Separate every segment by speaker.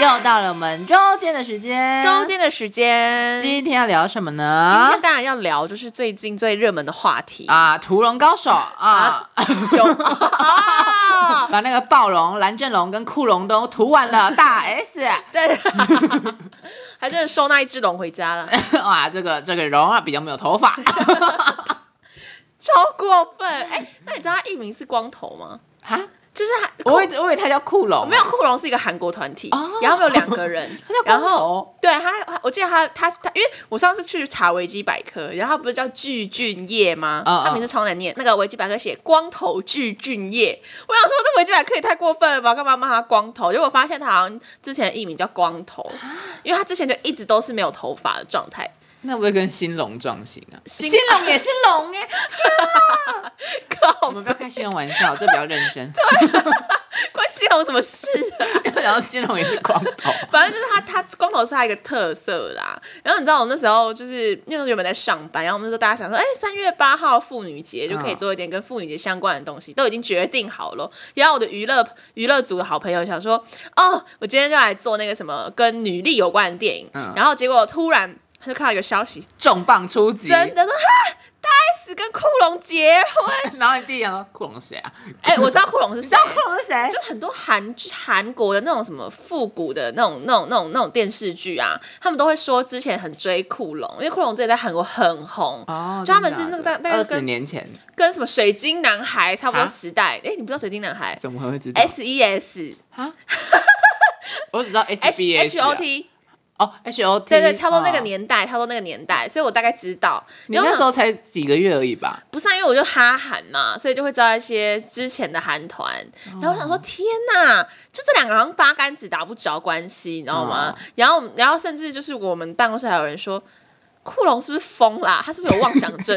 Speaker 1: 又到了我们周间的时间，
Speaker 2: 周间的时间，哎啊今
Speaker 1: 今天要聊什么呢？
Speaker 2: 天当然要聊就是最近最热门的话题，
Speaker 1: 啊，屠龙高手 啊，
Speaker 2: 有啊，
Speaker 1: 把那个暴龙、蓝正龙跟库龙都屠完 了，大 S。
Speaker 2: 对， 还真的收那一只龙回家了，
Speaker 1: 哇，这个这个龙啊比较没有头 发，
Speaker 2: 超过分。哎、那你知道他艺名是光头吗？
Speaker 1: 哈，
Speaker 2: 就是他
Speaker 1: 我以为我以为他叫库龙，
Speaker 2: 哦
Speaker 1: 啊
Speaker 2: 没有，库龙是一个韩国团体，
Speaker 1: 哦
Speaker 2: 然后他们有两个人
Speaker 1: 他叫，光
Speaker 2: 然
Speaker 1: 头
Speaker 2: 后对他，他我记得他他他，因为我上次去查维基百科，然后他不是叫具俊晔吗？
Speaker 1: 嗯嗯
Speaker 2: 他名字超难念，那个维基百科写光头具俊晔，我想说这维基百科也太过分了吧，干嘛骂他光头？结果发现他好像之前的艺名叫光头，
Speaker 1: 啊
Speaker 2: 因为他之前就一直都是没有头发的状态，
Speaker 1: 那不会跟新龙撞型啊？
Speaker 2: 新
Speaker 1: 新龙也是龙 哎，
Speaker 2: 靠
Speaker 1: 我，们不要开新龙玩笑，这比较认 真。
Speaker 2: 啊 关西龙什么事啊？
Speaker 1: 然后新龙也是光头，
Speaker 2: 反正就是他，他光头是他一个特色啦。然后你知道我那时候就是因为我原本在上班，然后我们那时候大家想说，哎、三月八号妇女节就可以做一点跟妇女节相关的东西，都已经决定好了。然后我的娱乐娱乐组的好朋友想说，哦，我今天就来做那个什么跟女力有关的电影。
Speaker 1: 嗯
Speaker 2: 然后结果突然他就看到一个消息，
Speaker 1: 重磅出击。
Speaker 2: 真的说哈，大 S 跟库龙结婚。
Speaker 1: 然后你弟想说库龙是谁啊？
Speaker 2: 哎、我知道库龙是
Speaker 1: 你
Speaker 2: 谁
Speaker 1: 知道。库龙是谁？
Speaker 2: 就很多韩韩国的那种什么复古的那种、那种、那种、那种电视剧啊，他们都会说之前很追库龙，因为库龙之前在韩国很红，
Speaker 1: 哦
Speaker 2: 就他们是那个大大概
Speaker 1: 二
Speaker 2: 跟
Speaker 1: 十年前，
Speaker 2: 跟什么水晶男孩差不多
Speaker 1: 啊
Speaker 2: 时代。哎、你不知道水晶男孩
Speaker 1: 怎么会知道？
Speaker 2: ？S E S
Speaker 1: 啊， 我只知道 S
Speaker 2: H
Speaker 1: B 啊
Speaker 2: H O T，
Speaker 1: 哦，H O T，
Speaker 2: 对对，差不多那个
Speaker 1: 哦。
Speaker 2: 年代，差不多那个年代，所以我大概知道。
Speaker 1: 你
Speaker 2: 然后
Speaker 1: 那时候才几个月而已吧？
Speaker 2: 不是、啊、因为我就哈韩嘛，所以就会知道一些之前的韩团。
Speaker 1: 哦
Speaker 2: 然后我想说，天哪，就这两个好像八竿子打不着关系，你知道吗？
Speaker 1: 哦
Speaker 2: 然后，然后甚至就是我们办公室还有人说，库龙是不是疯啦？他是不是有妄想 症？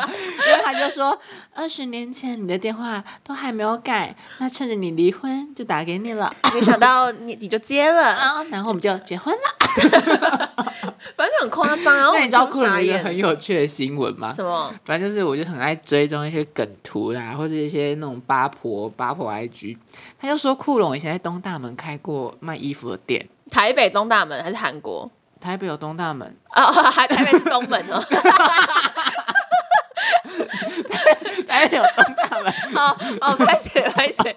Speaker 1: 因为他就说， 二十年前你的电话都还没有改，那趁着你离婚就打给你了，
Speaker 2: 没想到你你就接了，
Speaker 1: 啊，然后我们就结婚了。
Speaker 2: 反正就很夸张。然
Speaker 1: 那
Speaker 2: 后我们
Speaker 1: 你知道
Speaker 2: 就
Speaker 1: 库伦
Speaker 2: 傻
Speaker 1: 有一个
Speaker 2: 眼
Speaker 1: 很有趣的新闻吗？
Speaker 2: 什么？
Speaker 1: 反正就是，我就很爱追踪一些梗图啦，或者一些那种八婆八婆 IG。他就说库龙以前在东大门开过卖衣服的店，
Speaker 2: 台北东大门还是韩国？
Speaker 1: 台北有东大门，
Speaker 2: 哦， 还台北是东门哦。
Speaker 1: 台北有东大门，
Speaker 2: 哦哦，拍谁拍谁？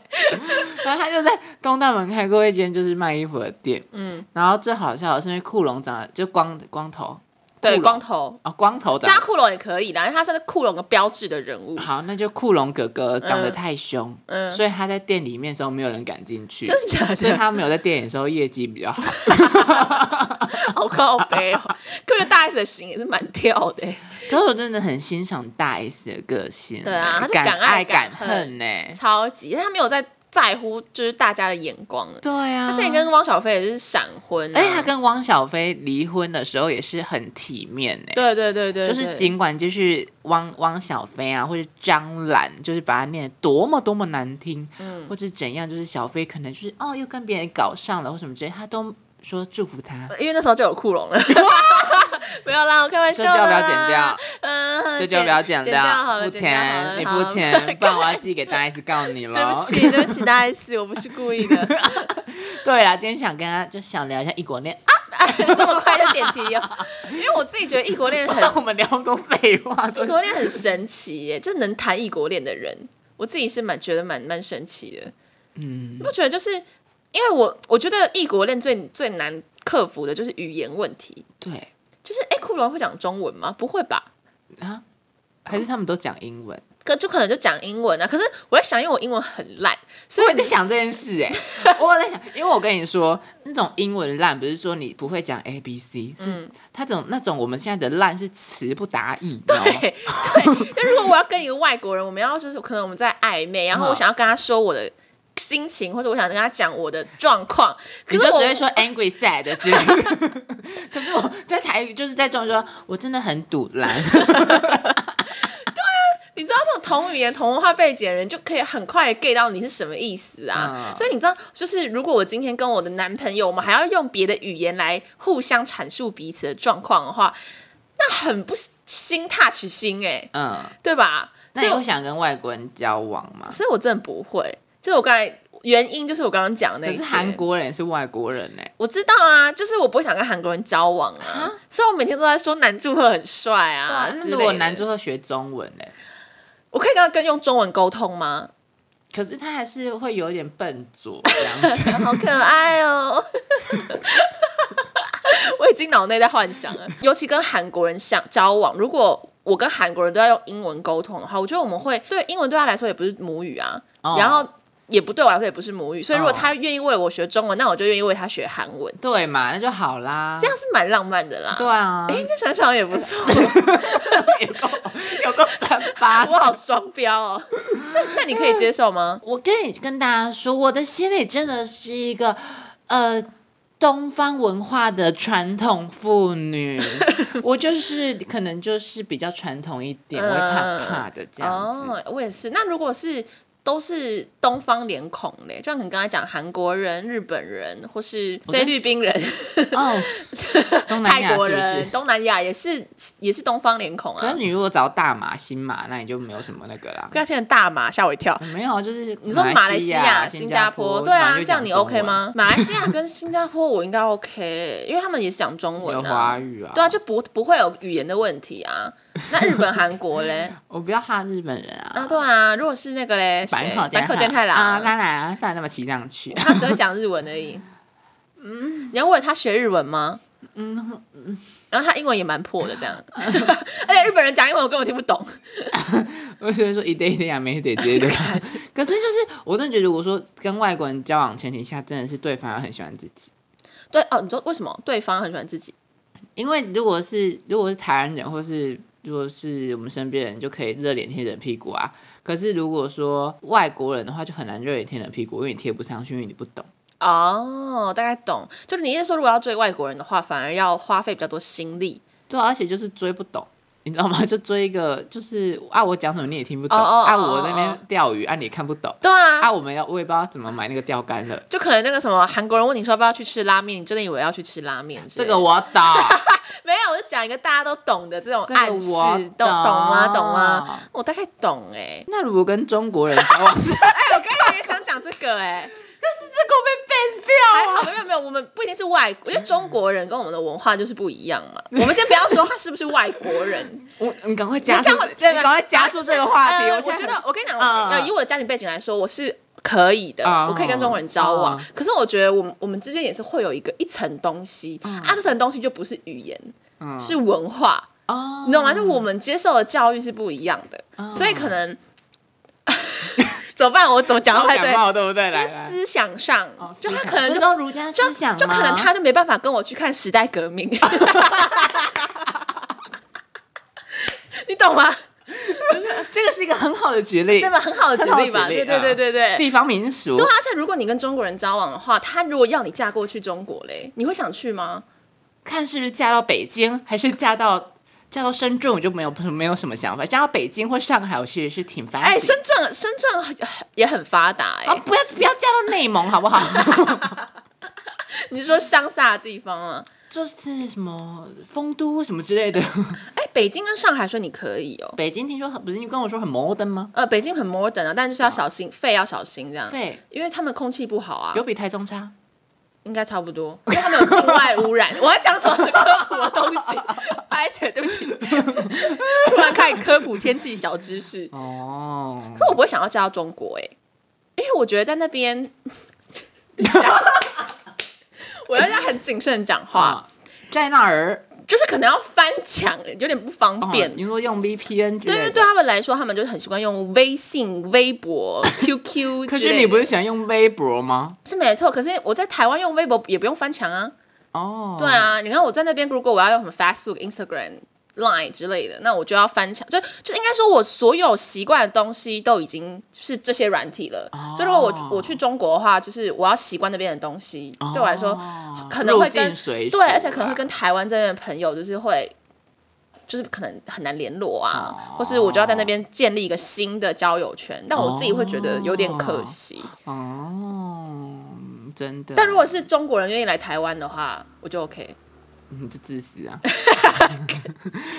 Speaker 1: 然后他就在东大门开过一间就是卖衣服的店。
Speaker 2: 嗯，
Speaker 1: 然后最好笑的是，因为库龙长得就光光头，
Speaker 2: 对，
Speaker 1: 库龙
Speaker 2: 光头。
Speaker 1: 哦光头长
Speaker 2: 加
Speaker 1: 得
Speaker 2: 库龙也可以啦，因为他算是库龙的标志的人物。
Speaker 1: 好，那就库龙哥哥长得
Speaker 2: 嗯
Speaker 1: 太凶，
Speaker 2: 嗯，
Speaker 1: 所以他在店里面的时候没有人敢进去，
Speaker 2: 真的假的？
Speaker 1: 所以他没有在店里的时候业绩比 较好。
Speaker 2: 好靠 背哦，可是大 S 的型也是蛮跳的欸，
Speaker 1: 可是我真的很欣赏大 S 的个性，欸
Speaker 2: 对啊她是
Speaker 1: 敢
Speaker 2: 敢爱
Speaker 1: 敢欸
Speaker 2: 敢恨
Speaker 1: 呢、
Speaker 2: 超级，他没有在在乎就是大家的眼光了。
Speaker 1: 对啊，
Speaker 2: 他之前跟汪小菲也是闪婚啊，
Speaker 1: 而且哎他跟汪小菲离婚的时候也是很体面欸呢、
Speaker 2: 对对对对，
Speaker 1: 就是
Speaker 2: 对
Speaker 1: 尽管就是汪汪小菲啊，或者张兰，就是把他念得多么多么难听，
Speaker 2: 嗯
Speaker 1: 或者怎样，就是小菲可能就是哦又跟别人搞上了或什么之类，他都说祝福他，
Speaker 2: 因为那时候就有库龙 了， 没有啦，我开玩
Speaker 1: 这
Speaker 2: 笑
Speaker 1: 就
Speaker 2: 啦。
Speaker 1: 不要剪 掉，
Speaker 2: 嗯，
Speaker 1: 这就不要剪
Speaker 2: 剪掉好了
Speaker 1: 付
Speaker 2: 剪掉好了
Speaker 1: 钱你哦
Speaker 2: 好
Speaker 1: 付 钱，不然我要寄给大 S 告你
Speaker 2: 对
Speaker 1: 了
Speaker 2: 不。起，对不起，大 S，我不是故意的，
Speaker 1: 对啦，今天想跟他就想聊一下异国恋，
Speaker 2: 这么快就点题哦。 因为我自己觉得异国恋很
Speaker 1: 啊我们聊那么多废话，
Speaker 2: 异国恋很神奇耶， 就能谈异国恋的人，我自己是蛮觉得蛮蛮神奇的。嗯，你不觉得就是因为我我觉得异国恋最最难克服的就是语言问题，
Speaker 1: 对
Speaker 2: 就是哎，库伦会讲中文吗？不会吧？
Speaker 1: 啊，还是他们都讲英文。
Speaker 2: 可就可能就讲英文啊。可是我在想，因为我英文很烂，所
Speaker 1: 我
Speaker 2: 以
Speaker 1: 也在想这件事哎、我在想，因为我跟你说，那种英文烂不是说你不会讲 A B C，是
Speaker 2: 嗯
Speaker 1: 他种那种我们现在的烂是词不达意，你知道吗？
Speaker 2: 对对，就如果我要跟一个外国人，我们要就是可能我们在暧昧，然后我想要跟他说我的心情，或者我想跟他讲我的状况，可
Speaker 1: 你
Speaker 2: 是
Speaker 1: 就
Speaker 2: 我
Speaker 1: 只会说 angry sad 之类的。 可是我在台语就是在中文说，我真的很堵烂，
Speaker 2: 你知道那种同语言、同文化背景的人，就可以很快地 get 到你是什么意思啊。
Speaker 1: 嗯
Speaker 2: 所以你知道，就是如果我今天跟我的男朋友，我们还要用别的语言来互相阐述彼此的状况的话，那很不新 touch 心哎、
Speaker 1: 嗯，
Speaker 2: 对吧？
Speaker 1: 那
Speaker 2: 所以
Speaker 1: 你
Speaker 2: 我
Speaker 1: 会想跟外国人交往吗？
Speaker 2: 所以我真的不会。就是我刚才原因就是我刚刚讲的
Speaker 1: 可
Speaker 2: 那些，
Speaker 1: 是韩国人也是外国人欸呢、
Speaker 2: 我知道啊，就是我不会想跟韩国人交往啊，所以我每天都在说男祝贺很帅啊之
Speaker 1: 那
Speaker 2: 类的。
Speaker 1: 如果男主要学中文欸呢、
Speaker 2: 我可以跟他跟用中文沟通吗？
Speaker 1: 可是他还是会有一点笨拙这样子。
Speaker 2: 好可爱哦！ 我已经脑内在幻想了，尤其跟韩国人相交往，如果我跟韩国人都要用英文沟通的话，我觉得我们会对英文对他来说也不是母语啊，
Speaker 1: 哦
Speaker 2: 然后也不对我来说也不是母语，所以如果
Speaker 1: 哦
Speaker 2: 他愿意为我学中文，那我就愿意为他学韩文，
Speaker 1: 对嘛，那就好啦。
Speaker 2: 这样是蛮浪漫的啦。
Speaker 1: 对啊，
Speaker 2: 哎，这想想也不 错，
Speaker 1: 有够 有够三 八。
Speaker 2: 我好双标哦。那那你可以接受吗？
Speaker 1: 我跟你跟大家说，我的心里真的是一个呃东方文化的传统妇 女，我就是可能就是比较传统一点，我会怕怕的这样子。
Speaker 2: 嗯哦，我也是。那如果是都是东方脸孔嘞，就像你刚才讲韩国人、日本人或是
Speaker 1: 觉得
Speaker 2: 菲律宾人、
Speaker 1: 哦， 东南
Speaker 2: 泰
Speaker 1: 亚
Speaker 2: 国
Speaker 1: 是不
Speaker 2: 人、
Speaker 1: 是？
Speaker 2: 东南亚也是也是东方脸孔
Speaker 1: 可是
Speaker 2: 啊。
Speaker 1: 你如果找大马、新马，那你就没有什么那个啦。
Speaker 2: 不要听成大马，吓我一跳。
Speaker 1: 没有，就是
Speaker 2: 你说
Speaker 1: 嗯马
Speaker 2: 马来
Speaker 1: 西
Speaker 2: 亚、
Speaker 1: 新
Speaker 2: 新加
Speaker 1: 坡，
Speaker 2: 对
Speaker 1: 马
Speaker 2: 啊，
Speaker 1: 上就
Speaker 2: 这样你
Speaker 1: 讲中
Speaker 2: OK
Speaker 1: 文？
Speaker 2: 吗？马来西亚跟新加坡我应该 OK，欸因为他们也是讲中文
Speaker 1: 有
Speaker 2: 啊
Speaker 1: 华。语啊，
Speaker 2: 对啊，就不不会有语言的问题啊。那日本、韩 国嘞？
Speaker 1: 我不要怕日本人啊。
Speaker 2: 啊，对啊，如果是那个嘞，
Speaker 1: 坂
Speaker 2: 谁
Speaker 1: 口
Speaker 2: 坂口健太
Speaker 1: 太
Speaker 2: 郎
Speaker 1: 啊，当然啊，当然那么骑上去。
Speaker 2: 他只会讲日文而已。嗯，你要为了他学日文吗？嗯然后他英文也蛮破的，这样，而且日本人讲英文我根本听不懂。
Speaker 1: 我觉得说一对一对啊，没得接的。 可是就是，我真的觉得，如果说跟外国人交往前提下，真的是对方要很喜欢自己。
Speaker 2: 对哦，你说为什么对方很喜欢自己？
Speaker 1: 因为如果是如果是台湾人，或是如果是我们身边人，就可以热脸贴冷屁股啊。可是如果说外国人的话，就很难热脸贴冷屁股，因为你贴不上去，因为你不懂。
Speaker 2: 哦，大概懂，就是你意思说，如果要追外国人的话，反而要花费比较多心力。
Speaker 1: 对啊、而且就是追不懂，你知道吗？就 追一个，就是啊，我讲什么你也听不懂，
Speaker 2: 哦哦哦
Speaker 1: 啊，我那
Speaker 2: 哦
Speaker 1: 边钓鱼，啊，你也看不懂，
Speaker 2: 对啊，
Speaker 1: 啊，我们要我也不知道怎么买那个钓竿了。
Speaker 2: 就可能那个什么韩国人问你说要不要去吃拉面，你真的以为要去吃拉面之
Speaker 1: 这
Speaker 2: 类的？
Speaker 1: 个我懂，
Speaker 2: 没有，我就讲一个大家都懂的这种
Speaker 1: 这
Speaker 2: 暗
Speaker 1: 个
Speaker 2: 示，
Speaker 1: 我
Speaker 2: 懂懂吗？懂吗？？我大概懂哎、
Speaker 1: 那如果跟中国人交往， 是
Speaker 2: 哎、我刚才也想讲这个 哎、
Speaker 1: 这个被 ban 掉。
Speaker 2: 还好，没有没有，我们不一定是外国，因为中国人跟我们的文化就是不一样嘛。我们先不要说他是不是外国 人，
Speaker 1: 我你赶快加速，
Speaker 2: 你看我
Speaker 1: 你赶快加速这个话题。
Speaker 2: 呃
Speaker 1: 我
Speaker 2: 我
Speaker 1: 现
Speaker 2: 觉
Speaker 1: 在
Speaker 2: 得
Speaker 1: 很
Speaker 2: 我跟你讲，嗯
Speaker 1: 嗯
Speaker 2: 呃，以我的家庭背景来说，我是。可以的
Speaker 1: 哦
Speaker 2: 我可以跟中国人交往。
Speaker 1: 哦
Speaker 2: 可是我觉得我们我们之间也是会有一个一层东西、啊，这层东西就不是语言，是文化，
Speaker 1: 哦，
Speaker 2: 你懂吗？就我们接受的教育是不一样的，所以可能 怎么办？我怎么讲
Speaker 1: 然后
Speaker 2: 都不太对
Speaker 1: 感，冒对不对？
Speaker 2: 就
Speaker 1: 来哦
Speaker 2: 是
Speaker 1: 来，
Speaker 2: 思想上，就他可能就
Speaker 1: 都儒家思想
Speaker 2: 就可能
Speaker 1: 吗
Speaker 2: 他就没办法跟我去看时代革命， 你懂吗？
Speaker 1: 这个是一个很好的举例
Speaker 2: 对，吧？很好的举
Speaker 1: 很好
Speaker 2: 例嘛，
Speaker 1: 举例嗯
Speaker 2: 对对对对对。
Speaker 1: 地方民俗
Speaker 2: 对啊，而且如果你跟中国人交往的话，他如果要你嫁过去中国嘞，你会想去吗？
Speaker 1: 看是不是嫁到北京，还是嫁到嫁到深圳，我就没有没有什么想法。嫁到北京或上海，我其实是挺烦。
Speaker 2: 哎，深圳深圳很也很发达哎、
Speaker 1: 啊，不要不要嫁到内蒙好不 好？
Speaker 2: 你是说乡下的地方啊吗？
Speaker 1: 就是什么丰都什么之类的。
Speaker 2: 哎，北京跟上海说你可以哦，
Speaker 1: 北京听说很不是你跟我说很摩登吗？
Speaker 2: 呃，北京很 modern 啊，但就是要小心，肺要小心这样，
Speaker 1: 对，
Speaker 2: 因为他们空气不好啊，
Speaker 1: 有比台中差。
Speaker 2: 应该差不多，因为他们有境外污染。我要讲什么科普的东西？拍谁？对不起，突然开始科普天气小知识。
Speaker 1: 哦，
Speaker 2: 可我不会想要嫁到中国哎、因为我觉得在那边，我要要很谨慎讲话，
Speaker 1: 啊，在那儿
Speaker 2: 就是可能要翻墙，有点不方便。
Speaker 1: 哦你说用 VPN 之
Speaker 2: 对，
Speaker 1: 类
Speaker 2: 因为
Speaker 1: 的
Speaker 2: 对，他们来说，他们就是很习惯用微信、微博、QQ
Speaker 1: 可
Speaker 2: 之类
Speaker 1: 是
Speaker 2: 的
Speaker 1: 你不是喜欢用微博吗？
Speaker 2: 是没错，可是我在台湾用微博也不用翻墙啊。
Speaker 1: 哦，
Speaker 2: 对，啊，你看我在那边，如果我要用什么 Facebook、Instagram、Line 之类的，那我就要翻墙，就就应该说我所有习惯的东西都已经是这些软体了。
Speaker 1: 哦
Speaker 2: 所以如果我我去中国的话，就是我要习惯那边的东西，对我来说可能会
Speaker 1: 哦入
Speaker 2: 跟
Speaker 1: 境随俗
Speaker 2: 对，
Speaker 1: 啊
Speaker 2: 而且可能会跟台湾这边的朋友就是会。就是可能很难联络啊，
Speaker 1: 哦
Speaker 2: 或是我就要在那边建立一个新的交友圈，但我自己会觉得有点可惜。
Speaker 1: 哦，真的。
Speaker 2: 但如果是中国人愿意来台湾的话，我就 OK。，
Speaker 1: 嗯你就自私啊，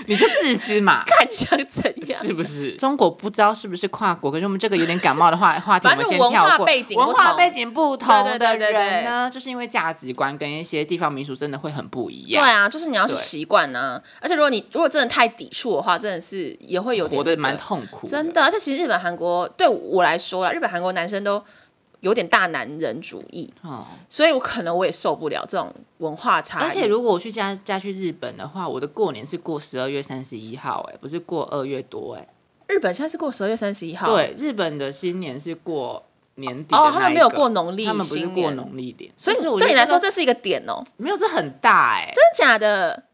Speaker 1: 你就自私嘛
Speaker 2: 看你想怎样。
Speaker 1: 是不是？中国不知道是不是跨国，可是我们这个有点感冒的 话话题，我
Speaker 2: 反
Speaker 1: 们
Speaker 2: 正
Speaker 1: 先
Speaker 2: 文化
Speaker 1: 跳过。
Speaker 2: 背景不
Speaker 1: 文化
Speaker 2: 同
Speaker 1: 背景不同的
Speaker 2: 对对对对对
Speaker 1: 人呢，就是因为价值观跟一些地方民俗真的会很不一
Speaker 2: 对
Speaker 1: 样，
Speaker 2: 啊，就是你要去
Speaker 1: 对
Speaker 2: 习惯呐。而且如果你如果真的太抵触的话，真的是也会有点
Speaker 1: 活得
Speaker 2: 那个
Speaker 1: 蛮痛苦。
Speaker 2: 真，的。而且其实日本、韩国对我来说啦，日本、韩国男生都有点大男人主义，
Speaker 1: 哦。
Speaker 2: 所以我可能我也受不了这种文化差异。
Speaker 1: 而且如果我去家家去日本的话，我的过年是过十二月三十一号、哎，不是过二月多、哎。
Speaker 2: 日本现在是过十二月三十一号，
Speaker 1: 对，日本的新年是过年底的
Speaker 2: 哦，
Speaker 1: 那
Speaker 2: 他们
Speaker 1: 一
Speaker 2: 没有
Speaker 1: 个
Speaker 2: 过农历，
Speaker 1: 他们不是过，农历年，
Speaker 2: 所以
Speaker 1: 就是我
Speaker 2: 对
Speaker 1: 觉
Speaker 2: 你
Speaker 1: 得
Speaker 2: 来说
Speaker 1: 个
Speaker 2: 这是一个点哦，
Speaker 1: 没有这很大哎、
Speaker 2: 真的假的？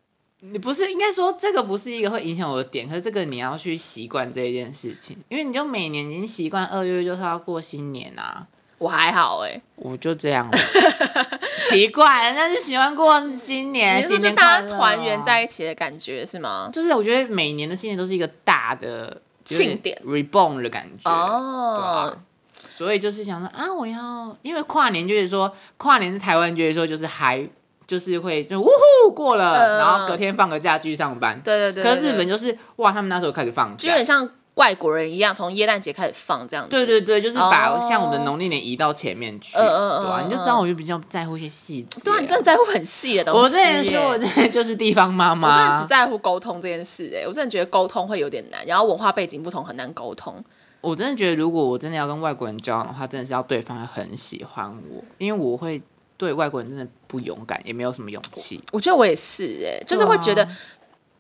Speaker 1: 你不是应该说这个不是一个会影响我的点，可是这个你要去习惯这一件事情，因为你就每年已经习惯二月就是要过新年啊。
Speaker 2: 我还好哎、
Speaker 1: 我就这样了 奇怪，人家是喜欢过新年，
Speaker 2: 你是说
Speaker 1: 哎新
Speaker 2: 就
Speaker 1: 年快
Speaker 2: 大家
Speaker 1: 乐
Speaker 2: 团圆
Speaker 1: 啊
Speaker 2: 在一起的感觉是吗？
Speaker 1: 就是我觉得每年的新年都是一个大的
Speaker 2: 庆典
Speaker 1: ，reborn 的感觉。对
Speaker 2: 哦
Speaker 1: 啊，所以就是想说啊，我要因为跨年就是说跨年在台湾就是说就是嗨，就是会就呜呼过了，
Speaker 2: 嗯
Speaker 1: 然后隔天放个假继续上班。
Speaker 2: 对对对
Speaker 1: 可
Speaker 2: 对
Speaker 1: 是日
Speaker 2: 对
Speaker 1: 本就是哇，他们那时候开始放
Speaker 2: 就有
Speaker 1: 假。
Speaker 2: 点像外国人一样，从耶诞节开始放这样子。
Speaker 1: 对对对，就是把
Speaker 2: 哦
Speaker 1: 像我们的农历年移到前面去，
Speaker 2: 嗯嗯嗯
Speaker 1: 对啊，
Speaker 2: 嗯
Speaker 1: 你就知道我就比较在乎一些细节、
Speaker 2: 对啊，你真的，在乎很细的东西。
Speaker 1: 我之前说，我，真的就是地方妈
Speaker 2: 我真的
Speaker 1: 妈
Speaker 2: 只，在乎沟通这件事。哎，我真的觉得沟通会有点难，然后文化背景不同很难沟通。
Speaker 1: 我真的觉得如果我真的要跟外国人交往的话，真的是要对方要很喜欢我，因为我会对外国人真的不勇敢，也没有什么勇气。
Speaker 2: 我觉得我也是，哎，就是会觉得
Speaker 1: 对啊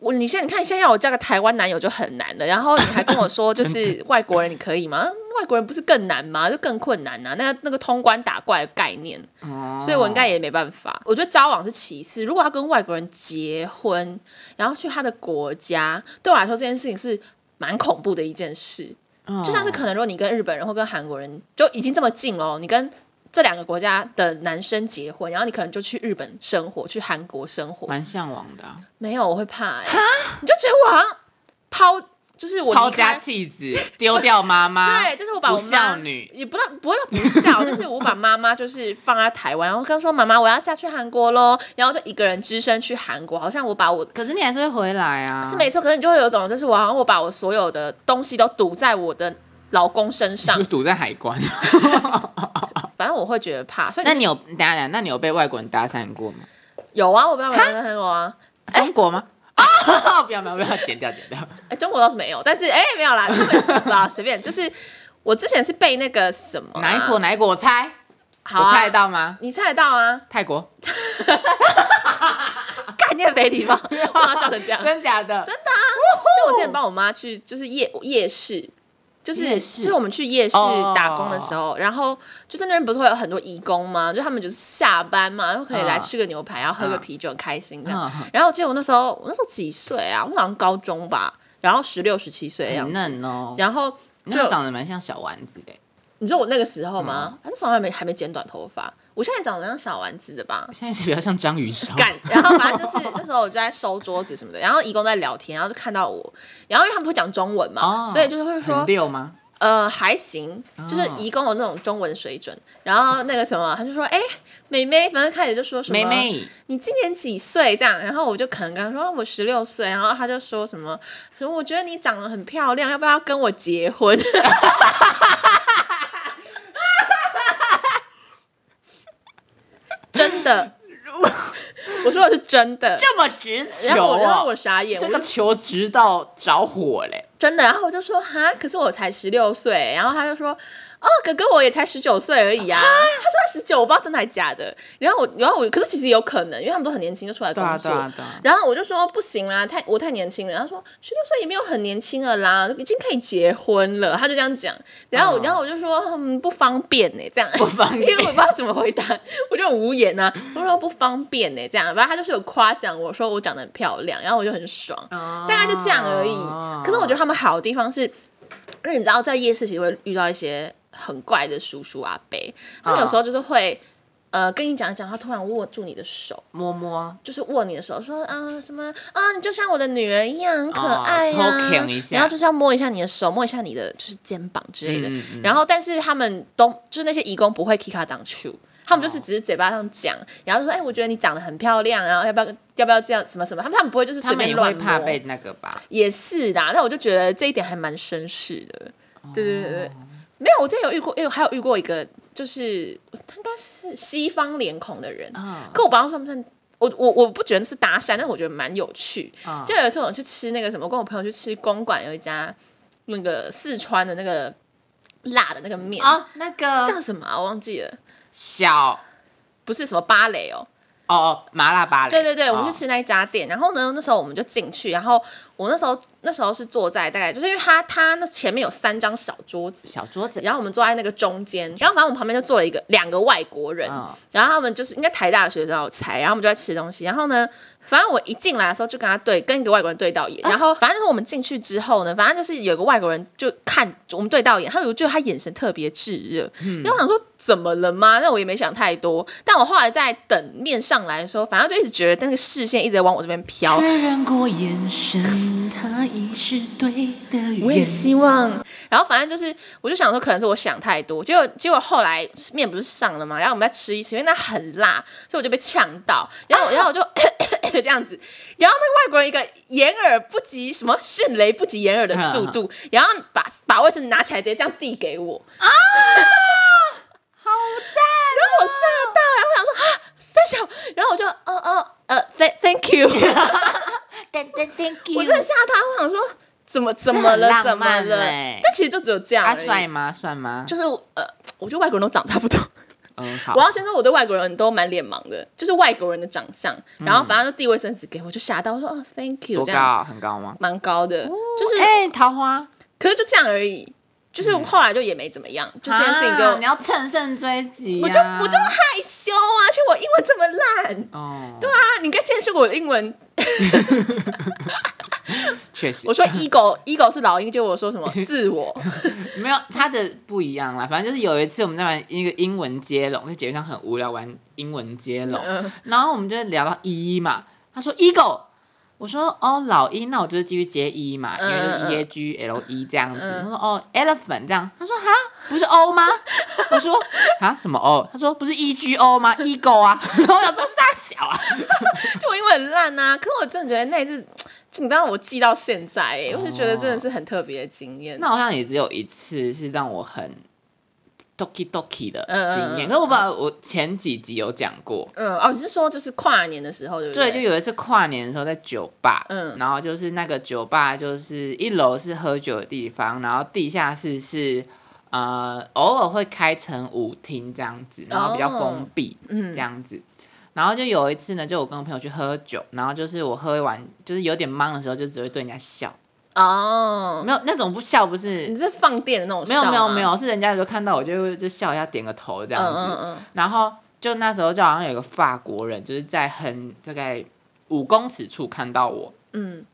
Speaker 2: 我，你现在你看，现在要我嫁个台湾男友就很难了，然后你还跟我 说就是外国人你可以吗？外国人不是更难吗？就更困难啊！那个那个通关打怪的概念，
Speaker 1: 哦
Speaker 2: 所以我应该也没办法。我觉得交往是其次，如果要跟外国人结婚，然后去他的国家，对我来说这件事情是蛮恐怖的一件事。就像是可能如果你跟日本人或跟韩国人就已经这么近了，你跟这两个国家的男生结婚，然后你可能就去日本生活，去韩国生活，
Speaker 1: 蛮向往的啊、
Speaker 2: 没有，我会怕、欸，你就觉得我好像抛，就是我离
Speaker 1: 抛家
Speaker 2: 开
Speaker 1: 弃子，丢掉妈妈，
Speaker 2: 对，就是我把我
Speaker 1: 不
Speaker 2: 妈
Speaker 1: 孝女
Speaker 2: 也不到不会到不孝，就是我把妈妈就是放在台湾，然后跟她说妈妈我要嫁去韩国喽，然后就一个人只身去韩国，好像我把我。
Speaker 1: 可是你还是会回来啊，
Speaker 2: 是没错，可是你就会有一种，就是我好像我把我所有的东西都堵在我的老公身上
Speaker 1: 就，堵在海关。
Speaker 2: 反正我会觉得怕。所以
Speaker 1: 那你有等一下等一下，那你有被外国人搭讪过吗？
Speaker 2: 有啊，我爸爸跟韩国啊，
Speaker 1: 中国吗？啊！ 不要不要不要，剪掉剪掉。
Speaker 2: 哎、中国倒是没有，但是哎、没有啦， 他们啦随便，就是我之前是被那个什么啊、
Speaker 1: 哪一国哪一国？我猜，
Speaker 2: 好啊、
Speaker 1: 我猜得到吗？
Speaker 2: 你猜得到啊？
Speaker 1: 泰国，啊
Speaker 2: 概念 没礼貌，我笑成这样，
Speaker 1: 真假的？真的
Speaker 2: 就我之前帮我妈去，就是夜夜市，就是
Speaker 1: 夜市
Speaker 2: 就是我们去夜市
Speaker 1: 哦
Speaker 2: 打工的时候，然后就在那边不是会有很多义工吗？就他们就是下班嘛，然后可以来
Speaker 1: 嗯
Speaker 2: 吃个牛排，然后喝个啤酒，很开心这样
Speaker 1: 嗯嗯。
Speaker 2: 然后我记得我那时候，我那时候几岁啊？我好像高中吧，然后十六十七岁的样
Speaker 1: 很
Speaker 2: 子。
Speaker 1: 嫩哦，
Speaker 2: 然后
Speaker 1: 那个
Speaker 2: 就
Speaker 1: 长得蛮像小丸子的，
Speaker 2: 你说我那个时候
Speaker 1: 嗯
Speaker 2: 吗？啊那时候还没还没剪短头发，我现在长得像小丸子的吧？
Speaker 1: 现在是比较像章鱼烧。
Speaker 2: 干，然后反正就是那时候我就在收桌子什么的，然后义工在聊天，然后就看到我，然后因为他们会讲中文嘛，
Speaker 1: 哦
Speaker 2: 所以就是会说
Speaker 1: 很哦溜吗？
Speaker 2: 呃还行，就是义工有那种中文水准。然后那个什么，他就说哎、妹妹，反正开始就说什么
Speaker 1: 妹妹，
Speaker 2: 你今年几岁这样，然后我就可能跟他说哦我十六岁，然后他就说什么说我觉得你长得很漂亮，要不要跟我结婚？ 真的，我说的是真的。
Speaker 1: 这么直
Speaker 2: 然后
Speaker 1: 球
Speaker 2: 我，然
Speaker 1: 啊
Speaker 2: 后！我傻眼，
Speaker 1: 这
Speaker 2: 我
Speaker 1: 个
Speaker 2: 就
Speaker 1: 球直到着火嘞，
Speaker 2: 真的，然后我就说哈，可是我才十六岁，然后他就说哦，哥哥我也才十九岁而已啊，他说他十九，我不知道真的还假的。然后我，然后我，可是其实有可能，因为他们都很年轻就出来工
Speaker 1: 对啊
Speaker 2: 作，
Speaker 1: 对啊对啊
Speaker 2: 然后我就说不行啦，太我太年轻了。他说十六岁也没有很年轻了啦，已经可以结婚了。他就这样讲，然后、我
Speaker 1: 哦
Speaker 2: 然后我就说嗯不方便呢、这样
Speaker 1: 不方便
Speaker 2: 因为我不知道怎么回答，我就很无言呐、我说不方便呢、这样，反正他就是有夸奖我说我长得很漂亮，然后我就很爽，大概就这样而已。
Speaker 1: 哦
Speaker 2: 可是我觉得他们好的地方是，因为你知道在夜市其实会遇到一些很怪的叔叔阿伯，他们有时
Speaker 1: 嗯
Speaker 2: 候就是会。呃，跟你讲一讲，他突然握住你的手，
Speaker 1: 摸摸
Speaker 2: 就是握你的手，说啊、什么啊，你就像我的女人一样很可
Speaker 1: 哦
Speaker 2: 爱呀、
Speaker 1: 偷舔一下
Speaker 2: 然后就是要摸一下你的手，摸一下你的就是肩膀之类的。
Speaker 1: 嗯嗯
Speaker 2: 然后，但是他们都就是那些义工不会 kika 挡 u 他们
Speaker 1: 哦
Speaker 2: 就是只是嘴巴上讲，然后就说，哎，我觉得你长得很漂亮，然后要不要要不要这样什么什么，他们他们不会就是
Speaker 1: 他
Speaker 2: 随
Speaker 1: 们
Speaker 2: 便
Speaker 1: 也
Speaker 2: 乱
Speaker 1: 会
Speaker 2: 摸
Speaker 1: 怕被那个吧？
Speaker 2: 也是啦，那我就觉得这一点还蛮绅士的。对对对对，没有，我之前有遇过，哎，还有遇过一个，就是他应该是西方脸孔的人，
Speaker 1: 啊
Speaker 2: 可我不知道算不算。我我我不觉得是搭讪，但我觉得蛮有趣。
Speaker 1: 啊
Speaker 2: 就有一次我去吃那个什么，我跟我朋友去吃公馆有一家那个四川的那个辣的那个面，
Speaker 1: 啊，那
Speaker 2: 叫
Speaker 1: 个
Speaker 2: 什么啊、我忘记了，
Speaker 1: 小
Speaker 2: 不是什么芭蕾哦，
Speaker 1: 哦麻辣芭蕾，
Speaker 2: 对对对，我们
Speaker 1: 哦
Speaker 2: 去吃那一家店，然后呢，那时候我们就进去，然后我那时候那时候是坐在大概就是因为他他那前面有三张小桌子，
Speaker 1: 小桌子，
Speaker 2: 然后我们坐在那个中间，然后反正我们旁边就坐了一个两个外国人，
Speaker 1: 嗯
Speaker 2: 然后他们就是应该台大的学生，我猜，然后我们就在吃东西，然后呢，反正我一进来的时候就跟他对跟一个外国人对到眼，
Speaker 1: 啊
Speaker 2: 然后反正就是我们进去之后呢，反正就是有个外国人就看我们对到眼，他有觉得他眼神特别炙热，
Speaker 1: 嗯
Speaker 2: 因为我想说怎么了吗？那我也没想太多，但我后来在等面上来的时候，反正就一直觉得那个视线一直在往我这边飘，
Speaker 1: 确认过眼神，他已是对的
Speaker 2: 我也
Speaker 1: 人。
Speaker 2: 希望。然后反正就是，我就想说，可能是我想太多。结果结果后来面不是上了嘛，然后我们再吃一次，因为那很辣，所以我就被呛到。然 后我、然后我就 这样子，然后那个外国人一个掩耳不及什么迅雷不及掩耳的速度，
Speaker 1: 嗯
Speaker 2: 然后把把卫生纸拿起来直接这样递给我，
Speaker 1: 好赞！
Speaker 2: 然后我吓到，然后我想说啊三小，然后我就哦哦呃 thank thank you，
Speaker 1: 等等，Thank you。
Speaker 2: 我真的吓到，我想说怎么怎么
Speaker 1: 这
Speaker 2: 了
Speaker 1: 很
Speaker 2: 怎
Speaker 1: 浪
Speaker 2: 么
Speaker 1: 漫
Speaker 2: 了
Speaker 1: 欸？
Speaker 2: 但其实就只有这样而
Speaker 1: 啊，
Speaker 2: 已，
Speaker 1: 帅吗？算吗？
Speaker 2: 就是呃，我觉得外国人都长差不多。
Speaker 1: 嗯，好
Speaker 2: 我。要先说，我对外国人都蛮脸盲的，就是外国人的长相，然后反正就递卫生纸给我，就吓到，我说哦，thank you，
Speaker 1: 嗯多
Speaker 2: 这样
Speaker 1: 高？很高吗？
Speaker 2: 蛮高的，就是、
Speaker 1: 哎、桃花，
Speaker 2: 可是就这样而已，就是后来就也没怎么样，就这件事情就、
Speaker 1: 啊你要乘胜追击、
Speaker 2: 我就我就害羞啊，而且我英文这么烂，
Speaker 1: 就哦，
Speaker 2: 对啊，你应该见识过我的英文，
Speaker 1: 确实
Speaker 2: 我 说 ego ego 是老鹰，就我说什么自我，
Speaker 1: 没有他的不一样啦。反正就是有一次我们在玩一个英文接龙，在节目上很无聊玩英文接龙，
Speaker 2: 嗯
Speaker 1: 然后我们就聊到一一嘛，他说 ego。我说哦老一，那我就是继续接一嘛，因为就是 E A G L E 这样子。
Speaker 2: 嗯
Speaker 1: 他说哦 elephant 这样，他说哈不是 O 吗？我说哈什么 O？他说不是 E G O 吗？ego 啊。 然后我想说傻小啊，
Speaker 2: 就我英文很烂啊，可我真的觉得那一次，就你知道我记到现在、欸，我就觉得真的是很特别的经验。
Speaker 1: 那好像也只有一次是让我很 doki doki 的
Speaker 2: 嗯嗯
Speaker 1: 经验，
Speaker 2: 嗯
Speaker 1: 可是我把我前几集有讲过。
Speaker 2: 嗯，哦，你是说就是跨年的时候，对不
Speaker 1: 对，
Speaker 2: 对？
Speaker 1: 就有一次跨年的时候在酒吧，
Speaker 2: 嗯
Speaker 1: 然后就是那个酒吧，就是一楼是喝酒的地方，然后地下室是呃偶尔会开成舞厅这样子，然后比较封闭，
Speaker 2: 嗯
Speaker 1: 这样子。然后就有一次呢，就我跟我朋友去喝酒，然后就是我喝完就是有点懵的时候，就只会对人家笑，
Speaker 2: 哦，
Speaker 1: 没有那种不笑不是
Speaker 2: 你是放电的那种
Speaker 1: 没有
Speaker 2: 笑
Speaker 1: 没有
Speaker 2: 吗
Speaker 1: 没，有，是人家就看到我就会就笑一下，点个头这样
Speaker 2: 嗯
Speaker 1: 子。
Speaker 2: 嗯嗯，
Speaker 1: 然后就那时候就好像有个法国人，就是在很大概五公尺处看到我，
Speaker 2: 嗯，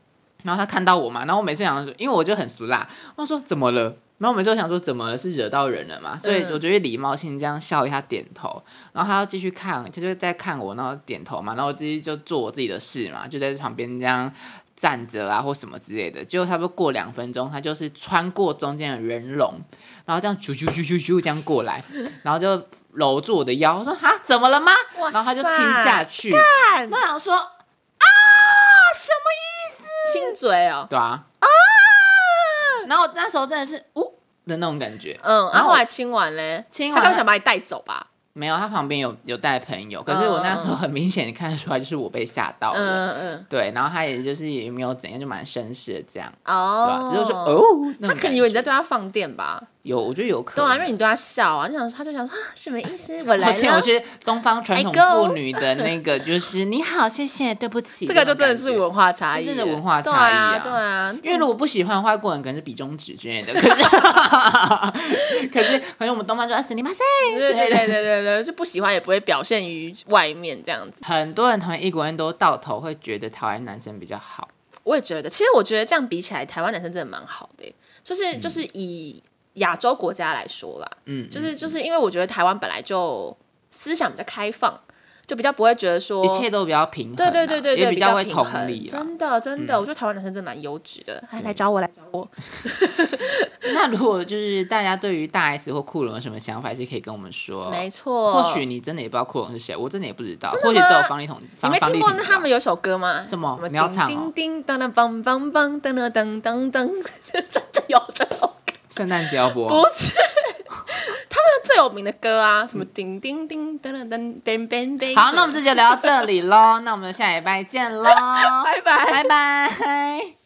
Speaker 1: 然后他看到我嘛，然后我每次想说，因为我就很俗辣，我说怎么了？然后我每次都想说怎么了？是惹到人了嘛？所以
Speaker 2: 嗯
Speaker 1: 我就会礼貌性这样笑一下，点头。然后他要继续看，他就在看我，然后点头嘛。然后我自己就做我自己的事嘛，就在旁边这样站着啊，或什么之类的。结果差不多过两分钟，他就是穿过中间的人龙，然后这样啾啾啾啾啾这样过来，然后就搂住我的腰，我说啊怎么了吗？
Speaker 2: 哇
Speaker 1: 然后他就
Speaker 2: 塞
Speaker 1: 亲下去，
Speaker 2: 干
Speaker 1: 那我想说
Speaker 2: 亲嘴哦，
Speaker 1: 对啊然后那时候真的是呜、的那种感觉，
Speaker 2: 嗯，然
Speaker 1: 然
Speaker 2: 后
Speaker 1: 后
Speaker 2: 后来亲完嘞，
Speaker 1: 亲
Speaker 2: 他
Speaker 1: 完
Speaker 2: 刚想把你带走吧，
Speaker 1: 没有，他旁边有有带朋友，可是我那时候很明显看得出来，就是我被吓到
Speaker 2: 嗯
Speaker 1: 了。
Speaker 2: 嗯
Speaker 1: 对，然后他也就是也没有怎样，就蛮绅士的这样，
Speaker 2: 嗯，
Speaker 1: 对吧、
Speaker 2: 哦，
Speaker 1: 只是说哦，那
Speaker 2: 他
Speaker 1: 种嗯
Speaker 2: 可能以为你在对他放电吧，
Speaker 1: 有，我觉得有可
Speaker 2: 对啊，
Speaker 1: 能。
Speaker 2: 因为你对他笑啊，就想说他就想说啊什么意思，我来
Speaker 1: 而且我
Speaker 2: 了。
Speaker 1: 是东方传统
Speaker 2: I go
Speaker 1: 妇女的那个，就是你好，谢谢，对不起，
Speaker 2: 这个
Speaker 1: 那
Speaker 2: 就
Speaker 1: 种
Speaker 2: 真的
Speaker 1: 感
Speaker 2: 是
Speaker 1: 觉
Speaker 2: 文化差
Speaker 1: 这
Speaker 2: 异了，
Speaker 1: 真的文化差
Speaker 2: 对啊
Speaker 1: 异啊
Speaker 2: 对啊，
Speaker 1: 因为如果不喜欢的话，过人可能是比中指之类的。可是， 可是，可是我们东方就啊，死你妈塞之
Speaker 2: 对
Speaker 1: 类
Speaker 2: 对对
Speaker 1: 的。
Speaker 2: 对对对，就不喜欢也不会表现于外面这样子。
Speaker 1: 很多人讨厌异国人都到头会觉得台湾男生比较好，
Speaker 2: 我也觉得，其实我觉得这样比起来，台湾男生真的蛮好的欸、就是就是以亚洲国家来说啦，
Speaker 1: 嗯，
Speaker 2: 就是就是因为我觉得台湾本来就思想比较开放，就比较不会觉得说
Speaker 1: 一切都比较平衡啊、
Speaker 2: 对对对对对，
Speaker 1: 也
Speaker 2: 比
Speaker 1: 较会
Speaker 2: 平
Speaker 1: 同
Speaker 2: 衡
Speaker 1: 理啊。
Speaker 2: 真的真的，我觉得台湾男生真的蛮优质的，哎，来找我来找我。
Speaker 1: 那如果就是大家对于大 S 或库龙有什么想法，也是可以跟我们说。
Speaker 2: 没错，
Speaker 1: 哦或许你真的也不知道库龙是谁，我真的也不知道。或许只有方力宏，
Speaker 2: 你
Speaker 1: 方
Speaker 2: 没
Speaker 1: 方
Speaker 2: 听
Speaker 1: 力
Speaker 2: 过
Speaker 1: 宏
Speaker 2: 那
Speaker 1: 吧
Speaker 2: 他们有首歌吗？
Speaker 1: 什么
Speaker 2: 什么
Speaker 1: 你要唱哦
Speaker 2: 叮叮当当梆梆梆当当当当当， 真的有这首歌？
Speaker 1: 圣诞节要播，
Speaker 2: 不是， 他们最有名的歌啊，什么叮叮叮当当当当当当。
Speaker 1: 好，那我们这集就聊到这里喽，那我们下礼拜见喽，
Speaker 2: 拜拜。
Speaker 1: 拜拜。